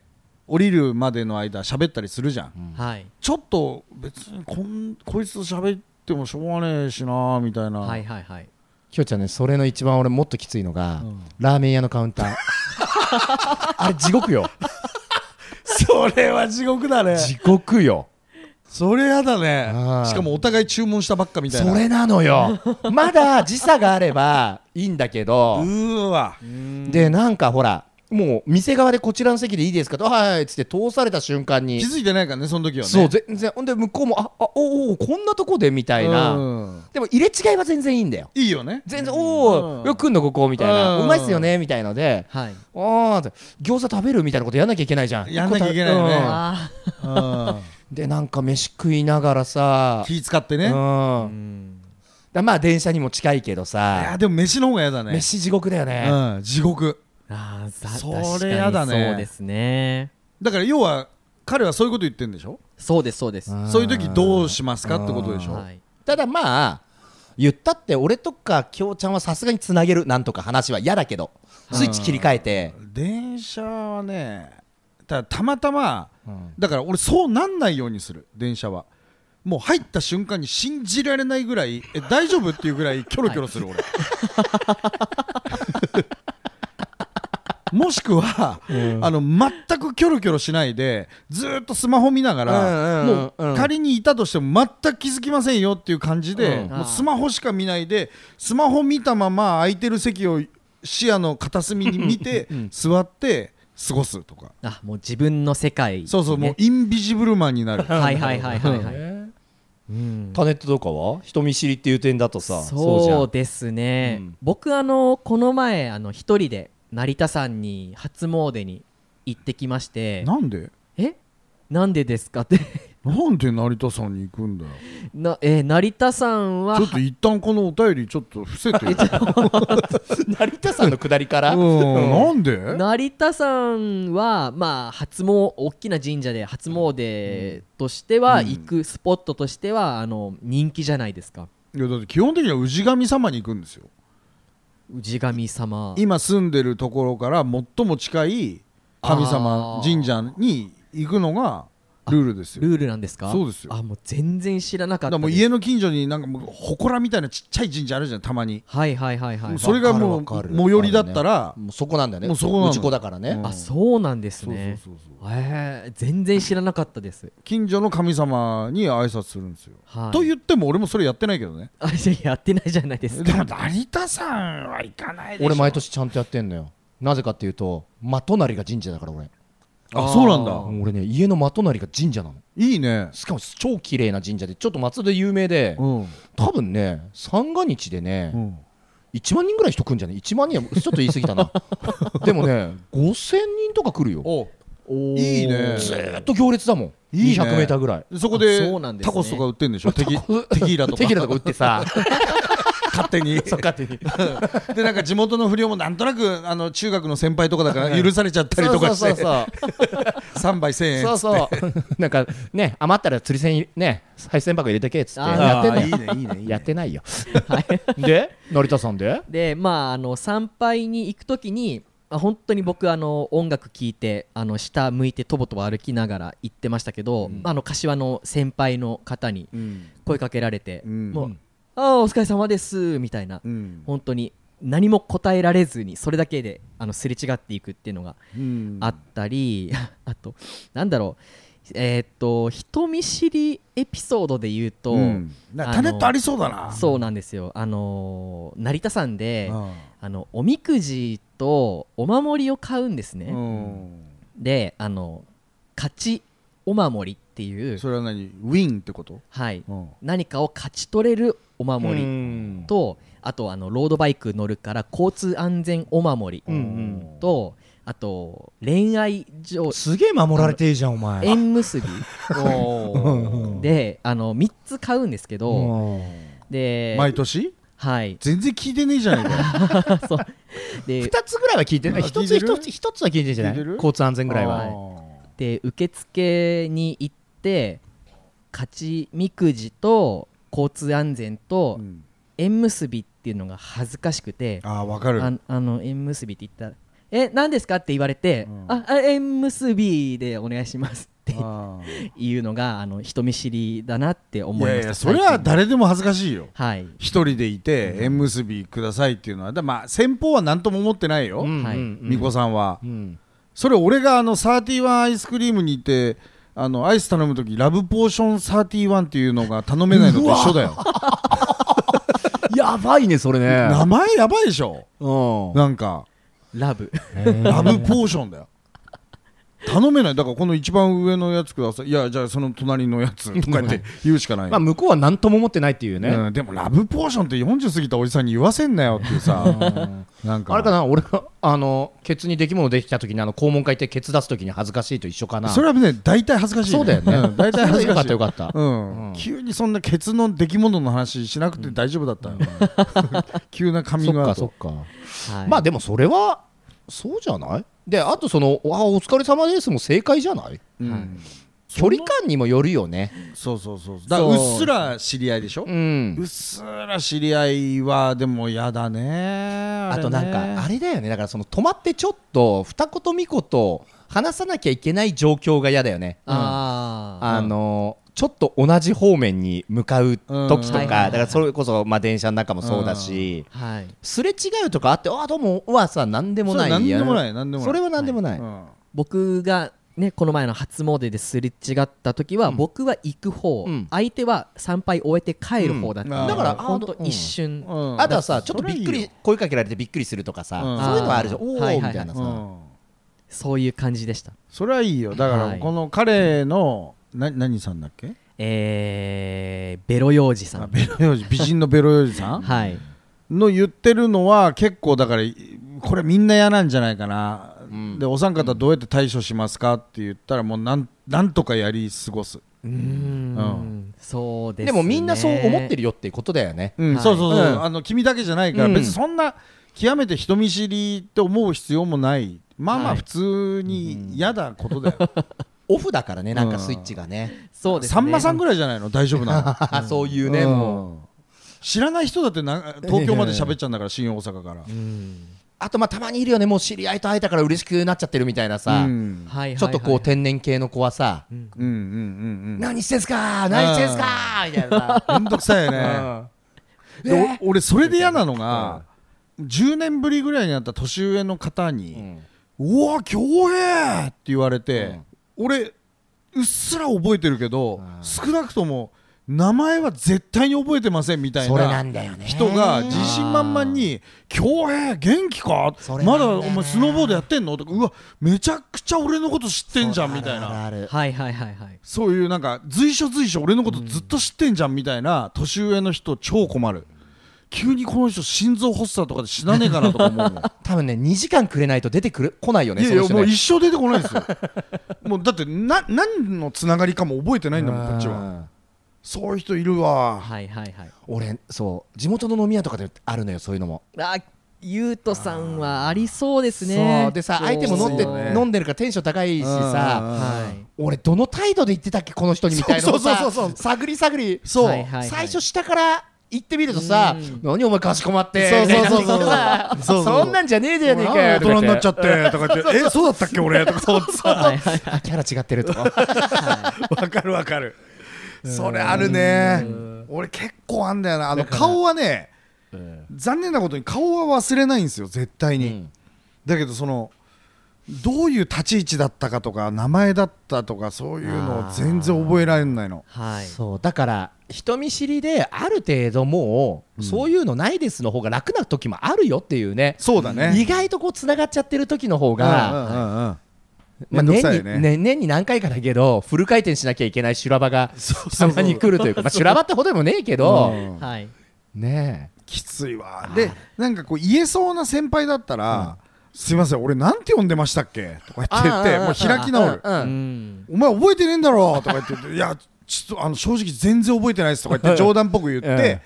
S4: 降りるまでの間喋ったりするじゃん、
S2: あはい
S4: ちょっと別にこんこいつと喋ってもしょうがねえしなみたいな、
S2: はいはいはい
S5: きょうちゃんね、それの一番俺もっときついのが、ラーメン屋のカウ ンター。あれ地獄よ。
S4: それは地獄だね
S5: 地獄よ。
S4: それやだね
S5: あー
S4: しかもお互い注文したばっかみたい
S5: そ
S4: な
S5: れなのよ。まだ時差があればいいんだけど
S4: う。ーわ
S5: でなんかほらもう店側でこちらの席でいいですかと「はいはい」っつって通された瞬間に、
S4: 気づいてないからねその時はね
S5: そう全然ほんで向こうも「ああおおこんなとこで」みたいな、
S4: うん
S5: でも入れ違いは全然いいんだよ
S4: いいよね
S5: 全然「お
S4: う
S5: お
S4: ん
S5: よく来んのここ」みたいな「
S4: うん
S5: うまいっすよね」みたいので
S2: はい
S5: 「ああ餃子食べる」みたいなことやんなきゃいけないじゃん
S4: やんなきゃいけないよね
S5: うん
S2: あ
S4: うん
S5: でなんか飯食いながらさ
S4: 気使ってね、
S5: う
S4: い
S5: ん
S2: あうん
S5: だまあ電車にも近いけど
S4: や
S5: さ
S4: でも飯の方が嫌だね
S5: 飯地獄だよね、
S4: うん、地獄
S2: あーさ
S4: それ
S2: 確かに
S4: やだね
S2: そうですね
S4: だから要は彼はそういうこと言ってんでしょ
S2: そうですそうです
S5: ん
S4: そういう時どうしますかってことでしょ
S2: はい
S5: ただまあ言ったって俺とかきょうちゃんはさすがにつなげるなんとか話は嫌だけどスイッチ切り替えて、
S4: 電車はねただたまたまだから俺そうなんないようにする電車はもう入った瞬間に信じられないぐらいえ大丈夫っていうぐらいキョロキョロする俺もしくは、あの全くキョロキョロしないでずーっとスマホ見ながら、
S5: うんうんうん
S4: もう仮にいたとしても全く気づきませんよっていう感じで、
S5: うん
S4: もうスマホしか見ないでスマホ見たまま空いてる席を視野の片隅に見て、座って過ごすとか
S2: あもう自分の世界
S4: そうそう、もう
S2: ね
S4: インビジブルマンになる
S2: はいはいはいはいはいうん
S5: タネットとかは人見知りっていう点だとさ
S2: そうですね、
S5: うん
S2: 僕あのこの前あの一人で成田山に初詣に行ってきまして
S4: なんで
S2: えなんでですかって
S4: なんで成田さんに行くんだよ
S2: な、えー成田山は
S4: ちょっと一旦このお便りちょっと伏せてよ
S5: うじゃん成田さんの下りから
S4: うんなんで
S2: 成田山はまあ初詣大きな神社で初詣としては
S4: うん
S2: 行くスポットとしてはあの人気じゃないですか
S4: いやだって基本的には氏神様に行くんですよ
S2: 氏神様
S4: 今住んでるところから最も近い神様
S2: あー
S4: 神社に行くのがルールですよ
S2: ルールなんですか
S4: そうですよ
S2: あもう全然知らなかった
S4: だからもう
S2: です
S4: 家の近所になんかもう祠みたいなちっちゃい神社あるじゃんたまに
S2: はいはいはいはい
S4: それがもう
S5: わかるわかる
S4: 最寄りだったら
S5: もうそこなんだよね
S4: もうそこなの
S5: 打ち子だからね、
S4: うん
S2: あそうなんですね
S4: そうそうそう
S2: えー全然知らなかったです
S4: 近所の神様に挨拶するんですよ
S2: はい
S4: と言っても俺もそれやってないけどね
S2: あいややってないじゃないです
S4: でも
S2: か
S4: 成田さんは行かないでしょ
S5: 俺毎年ちゃんとやってんのよなぜかっていうと真隣が神社だから俺
S4: あそうなん
S2: あ
S4: だ
S5: 俺ね家の真隣が神社なの
S4: いいね
S5: しかも超綺麗な神社でちょっと松戸で有名で
S4: うん
S5: 多分ね三が日でね、
S4: うん
S5: 1万人ぐらい人来るんじゃない1万人はちょっと言い過ぎたな でもね5000人とか来るよ
S4: お
S2: おー
S4: いいね
S5: ずーっと行列だもん
S4: いいね
S5: 200m ぐらい
S4: そこで
S2: あそうなんですね
S4: タコスとか売ってんでしょテ キ
S5: タコ
S4: テキーラとか
S5: テキーラとか売ってさ
S4: 勝手に
S5: 勝手に
S4: でなんか地元の不良もなんとなくあの中学の先輩とかだから許されちゃったりとかし
S5: そう
S4: て
S5: そう
S4: 3杯1000円
S5: そう そうそうなんかね余ったら釣り銭ね配線箱入れてけっつって
S2: あー
S5: やってん
S4: あ
S5: だ
S4: ー
S5: よ
S4: いいねいいねいいね
S5: やってないよで成田さんで
S2: でまああの参拝に行く時にまあ本当に僕あの音楽聴いてあの下向いてとぼとぼ歩きながら行ってましたけど、あの柏の先輩の方に
S4: うん
S2: 声かけられて、
S4: うん
S2: もう「ああお疲れ様です」みたいな、
S4: うん
S2: 本当に何も答えられずにそれだけであのすれ違っていくっていうのが
S4: うん
S2: あったり、 あとなんだろうえーっと人見知りエピソードで言うと、
S4: うんなんかタネットありそうだな
S2: そうなんですよあのー成田山で、
S4: うん
S2: あのおみくじとお守りを買うんです
S4: う
S2: ね、
S4: ん
S2: であの勝ちお守りっていう、
S4: それは何ウィンってこと
S2: はい、
S4: うん
S2: 何かを勝ち取れるお守り
S5: り
S2: とあとあのロードバイク乗るから交通安全お守り
S5: ん
S2: と、あと恋愛上
S5: すげえ守られていいじゃんお前
S2: 縁結び
S5: うん
S2: であの3つ買うんですけど、で、
S4: 毎年
S2: はい、
S4: 全然聞いてねえじゃねえか
S2: そうで
S5: 2つぐらいは聞いてない
S4: あ
S5: 1つ
S4: 聞いてる
S5: 1つ1つは聞いてんじゃな
S4: 聞いて
S5: い
S4: る
S5: 交通安 全ぐらい
S2: あ
S5: は
S2: ーで受付に行って勝ちみくじと交通安全と
S4: うん
S2: 縁結びっていうのが恥ずかしくて
S4: あーわかる
S2: ああの縁結びって言ったら「え何ですか?」って言われて
S4: うん
S2: ああ縁結びでお願いします」って
S4: あー
S2: いうのがあの人見知りだなって思いました
S4: いやいやそれは
S2: 最近
S4: 誰でも恥ずかしいよ
S2: はい
S4: 一人でいて縁結びくださいっていうのはだまあ先方は何とも思ってないよ
S5: うん
S2: はい
S5: うん
S4: 巫女さんは
S5: うん
S4: それ俺があの31アイスクリームにいてあのアイス頼む時ラブポーション31っていうのが頼めないのと一緒だよ
S5: やばいねそれね
S4: 名前やばいでしょ
S5: うん
S4: なんか
S2: ラブ
S4: ラブポーションだよ頼めないだからこの一番上のやつくださいいやじゃあその隣のやつとかって言うしかない
S5: まあ向こうは何とも思ってないっていうね
S4: うん、でもラブポーションって40過ぎたおじさんに言わせんなよっていうさなんか
S5: あれかな俺があのケツにできものできた時にあの肛門会ってケツ出す時に恥ずかしいと一緒かな
S4: それはね大体恥ずかしい、
S5: そうだよね
S4: ん大体恥ずかしい
S5: よかったよかった
S4: うん
S5: うん
S4: 急にそんなケツの出来物の話しなくて大丈夫だったよ、 急なカミングアウ
S5: そっ
S4: ト
S5: かそっか
S2: はい
S5: まあでもそれはそうじゃないであとその「あお疲れ様です」も正解じゃない
S4: うん
S5: 距離感にもよるよね
S4: そうそうそうだからうっすら知り合いでしょ、う
S5: うん
S4: っすら知り合いはでも嫌だねあ
S5: あ
S4: れね
S5: となんかあれだよねだからその止まってちょっと二言三言話さなきゃいけない状況が嫌だよね
S2: あー
S5: あのちょっと同じ方面に向かう時と
S2: うんはいはい
S5: か
S2: はい
S5: だからそれこそまあ電車の中もそうだし
S2: はい
S5: すれ違うとかあってあどうもうわさなんでもない
S4: そうなんでもないなんでもない
S5: それはなんでもない
S4: うん
S2: 僕がねこの前の初詣ですれ違った時は、
S5: うん
S2: 僕は行く方、
S5: うん
S2: 相手は参拝終えて帰る方だった、
S4: うん
S2: だか
S4: だからら
S2: 本当
S5: あーうん
S2: 一瞬、
S4: うん
S5: あとはさちょっと
S4: それ
S5: び
S4: い
S5: っ
S4: い
S5: く
S4: よ
S5: り声かけられてびっくりするとかさ
S4: うん
S5: そういうのはあるじゃん
S2: あーは
S5: お
S2: いはい
S5: お
S2: はい
S5: みたいな
S4: う
S5: さ
S4: ん
S2: そういう感じでした
S4: それはいいよだか
S2: は
S4: ら
S2: い
S4: この彼のな何さんだっけ
S2: えー、ベロ幼児さ
S4: あ
S2: ん
S4: ベロヨジ美人のベロヨジさん
S2: はい
S4: の言ってるのは結構だからいこれみんな嫌なんじゃないかな、でお三方どうやって対処しますかって言ったらもうなんなんとかやり過ごす、
S2: うーんそうです、ね、
S5: でもみんなそう思って
S2: る
S5: るよっていうことだよね
S4: うん
S2: はい
S4: そうそうそう、
S5: うん
S4: あの君だけじゃないから、
S5: うん
S4: 別にそんな極めて人見知りって思う必要もないまあま
S2: は
S4: あ
S2: い
S4: 普通に嫌だことだよ、
S5: オフだからねなんかスイッチがね
S2: そうです、ね、
S4: さんまさんぐ
S2: らい
S4: らいじゃないの大丈夫なの
S5: そういうね
S4: うん
S5: もう
S4: 知らない人だってな東京まで喋っちゃうんだから新大阪から、
S5: あとまあたまにいるよねもう知り合いと会えたから嬉しくなっちゃってるみたいなさ、
S4: うん
S2: はいはいはい
S5: ちょっとこう天然系の子はさ「
S4: うんうん
S5: 何してんすか何してんすか!」みたいなさ
S4: うんめんどくさいよねでお俺それで嫌なのが、10年ぶりぐらいになった年上の方に「うわ恭平!」って言われて、俺うっすら覚えてるけど、少なくとも名前は絶対に覚えてませんみたい
S5: それな
S4: なん
S5: だよね
S4: 人が自信満々に「恭平元気か?」
S5: それな
S4: ま
S5: んだ
S4: だ
S5: よね
S4: お前スノーボードやってんの?」とか「うわめちゃくちゃ俺のこと知ってんじゃん」みたいな。
S5: あるある
S2: はいはいはいはい
S4: そういうなんか随所随所俺のことずっと知ってんじゃんみたいな年上の人超困る急にこの人心臓発作とかで死なねえかなとか思う もん
S5: 多分ね2時間くれないと出てくる来ないよね
S4: いや
S5: そ
S4: い
S5: の
S4: や
S5: 人
S4: もう
S5: ね
S4: 一生出てこないですよ もうだってな何のつながりかも覚えてないんだもんこっちは
S5: うん
S4: そういう人いるわ
S2: はいはいはい
S5: 俺そう地元の飲み屋とかであるのよそういうのも
S2: あゆうとさんはありそうですね
S5: そうでさ相手も飲んで
S2: そう
S5: 飲んでるからテンション高いし
S4: うん
S5: さ
S2: はい
S5: 俺どの態度で言ってたっけこの人にみたいなのをさ
S4: そうそうそうそう
S5: 探り探り
S4: そう、
S2: はいはい
S5: 最初下から行ってみるとさ何お前かしこまって
S4: そうそう そうそう
S5: みたいな
S4: そうそうそう
S5: そんなんじゃねえじゃねえ
S4: もう
S5: か
S4: 大
S5: よ
S4: 人になっちゃってとか言ってえそうだったっけ俺とかそう さ
S2: はいはい
S5: あキャラ違ってる とか
S4: わかるわかるそれあるね俺結構あんだよなあの顔はね残念なことに顔は忘れないんですよ絶対に、
S5: うん
S4: だけどそのどういう立ち位置だったかとか名前だったとかそういうのを全然覚えられないの
S2: はい
S5: そうだから人見知りである程度もうそういうのないですの方が楽な時もあるよっていうね
S4: そうだね
S5: 意外とこうつながっちゃってる時の方が、
S4: め
S5: まあ、
S4: んどく
S5: 年
S4: さい
S5: に
S4: よね
S5: ね年に何回かだけどフル回転しなきゃいけない修羅場がたまに来るというか、まあ、修羅場ってほどでもねえけど、
S4: うん
S2: はい
S5: ね
S4: きついわでなんかこう言えそうな先輩だったら「すいません俺なんて呼んでましたっけ?」とか言って言って
S5: あー
S4: もう開き直る
S5: うんうん
S2: ん
S4: お前覚えてねえんだろとか言って言っていやちょっとあの正直全然覚えてないですとか言って冗談っぽく言っ
S5: うん
S4: て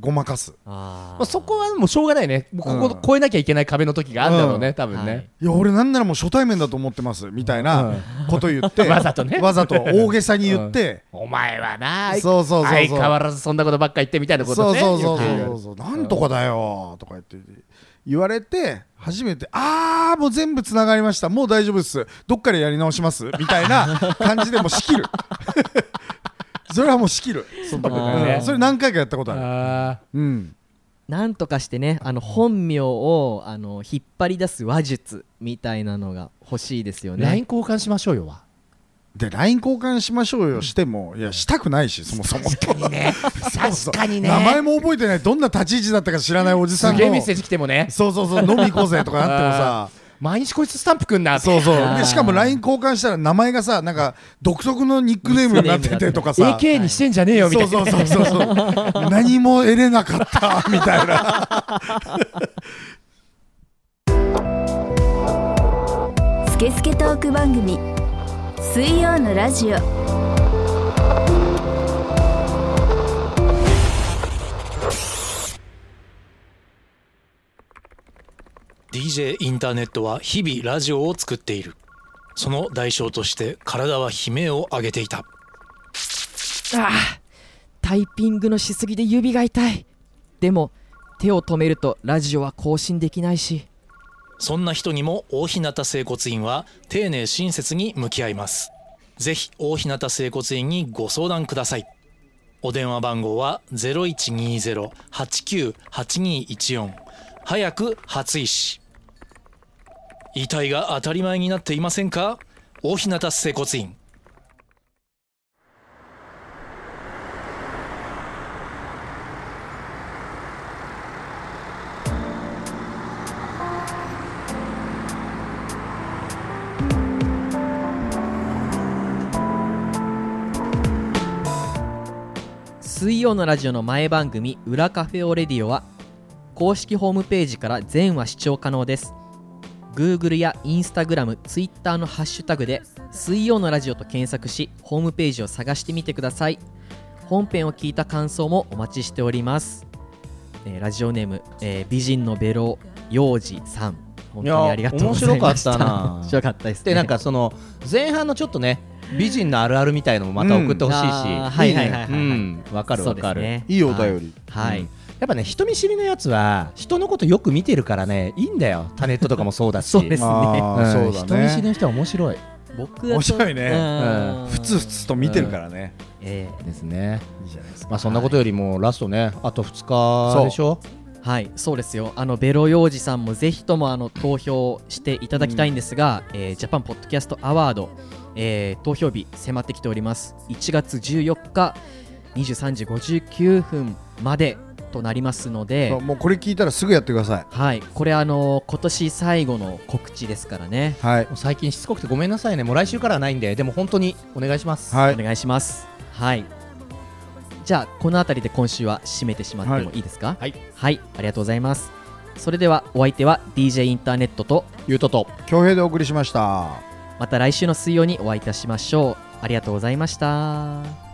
S4: ごまかす
S2: あ
S5: まあ、そこはもうしょうがないねもうここ
S4: うん
S5: 超えなきゃいけない壁の時があるんだろうね、多分ね、
S2: はい
S4: いや俺なんならもう初対面だと思ってますみたいなこと言って、
S5: わざとね
S4: わざと大げさに言って、
S5: お前はな相
S4: そうそうそうそう
S5: 相変わらずそんなことばっか言ってみたいなこと
S4: そう
S5: ね
S4: そうそう
S5: よく
S4: そう
S5: 言
S4: そうそうなんとかだよとか言って言われて初めてああもう全部つながりましたもう大丈夫ですどっからやり直しますみたい な感じでもう仕切る それはもう仕切るそ,、
S5: だね
S4: うん、それ何回かやったことある
S5: あ
S4: うん
S2: なんとかしてねあの本名をあの引っ張り出す話術みたいなのが欲しいですよ
S5: ー
S2: ね
S5: LINE 交換しましょうよは
S4: で LINE 交換しましょうよしてもいやしたくないしそもそも
S5: 確かに ね確かにね
S4: 名前も覚えてないどんな立ち位置だったか知らないおじさ
S5: す
S4: ん
S5: げえメ
S4: の
S5: ッセージ来てもね
S4: そうそうそう飲み行こうぜとかなってもさ
S5: 毎日こいつスタンプくんな
S4: そうそう
S2: あー
S4: でしかも LINE 交換したら名前がさなんか独特のニックネームになっててとかさ
S5: AK にしてんじゃねえよみた
S4: そ
S5: いうな
S4: そうそうそうそう何も得れなかったみたいな
S1: スケスケトーク番組水曜のラジオ
S6: DJ インターネットは日々ラジオを作っているその代償として体は悲鳴を上げていた
S2: タイピングのしすぎで指が痛いでも手を止めるとラジオは更新できないし
S6: そんな人にも大日向整骨院は丁寧親切に向き合いますぜひ大日向整骨院にご相談くださいお電話番号は0120-89-8214早く初医師遺体が当たり前になっていませんか大日向整骨院
S2: 水曜のラジオの前番組「裏カフェオレディオ」は公式ホームページから全話視聴可能です Google や InstagramTwitter のハッシュタグで「水曜のラジオ」と検索しホームページを探してみてください本編を聞いた感想もお待ちしております、えーラジオネーム、えー美人のベロ幼児さん本当にありがとうございました
S5: いや面白かったな
S2: 面白かったですね
S5: でなんかその前半のちょっとね美人のあるあるみたいのもまた送ってほしいし、
S2: うんあーはいはいはいはいはい
S5: うんわかるわか
S2: そうで
S5: る
S2: すね
S4: いいお便り
S2: はい、
S5: うんやっぱね人見知りのやつは人のことよく見てるからねいいんだよタネットとかもそうだし
S2: そうですね
S5: うん
S4: あーそう
S5: 人
S4: だ
S5: 見知り
S4: ね
S5: の人は面白い
S2: 僕は
S7: 面白いね
S2: うん
S7: ふつふつと見てるからね、
S2: え
S5: ですね
S7: いいじゃないですか
S5: まあそんなことよりもラストねあと2日でしょ
S2: えはいそうですよあのベロ幼児さんもぜひともあの投票していただきたいんですが、えージャパンポッドキャストアワード、えー投票日迫ってきております1月14日23時59分までとなりますので
S4: そうもうこれ聞いたらすぐやってくださ
S2: はいこれあの今年最後の告知ですからね
S4: いはい
S5: もう最近しつこくてごめんなさいねもう来週からはないんででも本当にお願いします
S4: は
S2: お
S4: い
S2: 願いしますはいじゃあこの辺りで今週は締めてしまってもいいですか
S5: はい、
S2: ありがとうございますそれではお相手は DJ インターネットと
S5: ゆうとと
S4: 恭平でお送りしました
S2: また来週の水曜にお会いいたしましょうありがとうございました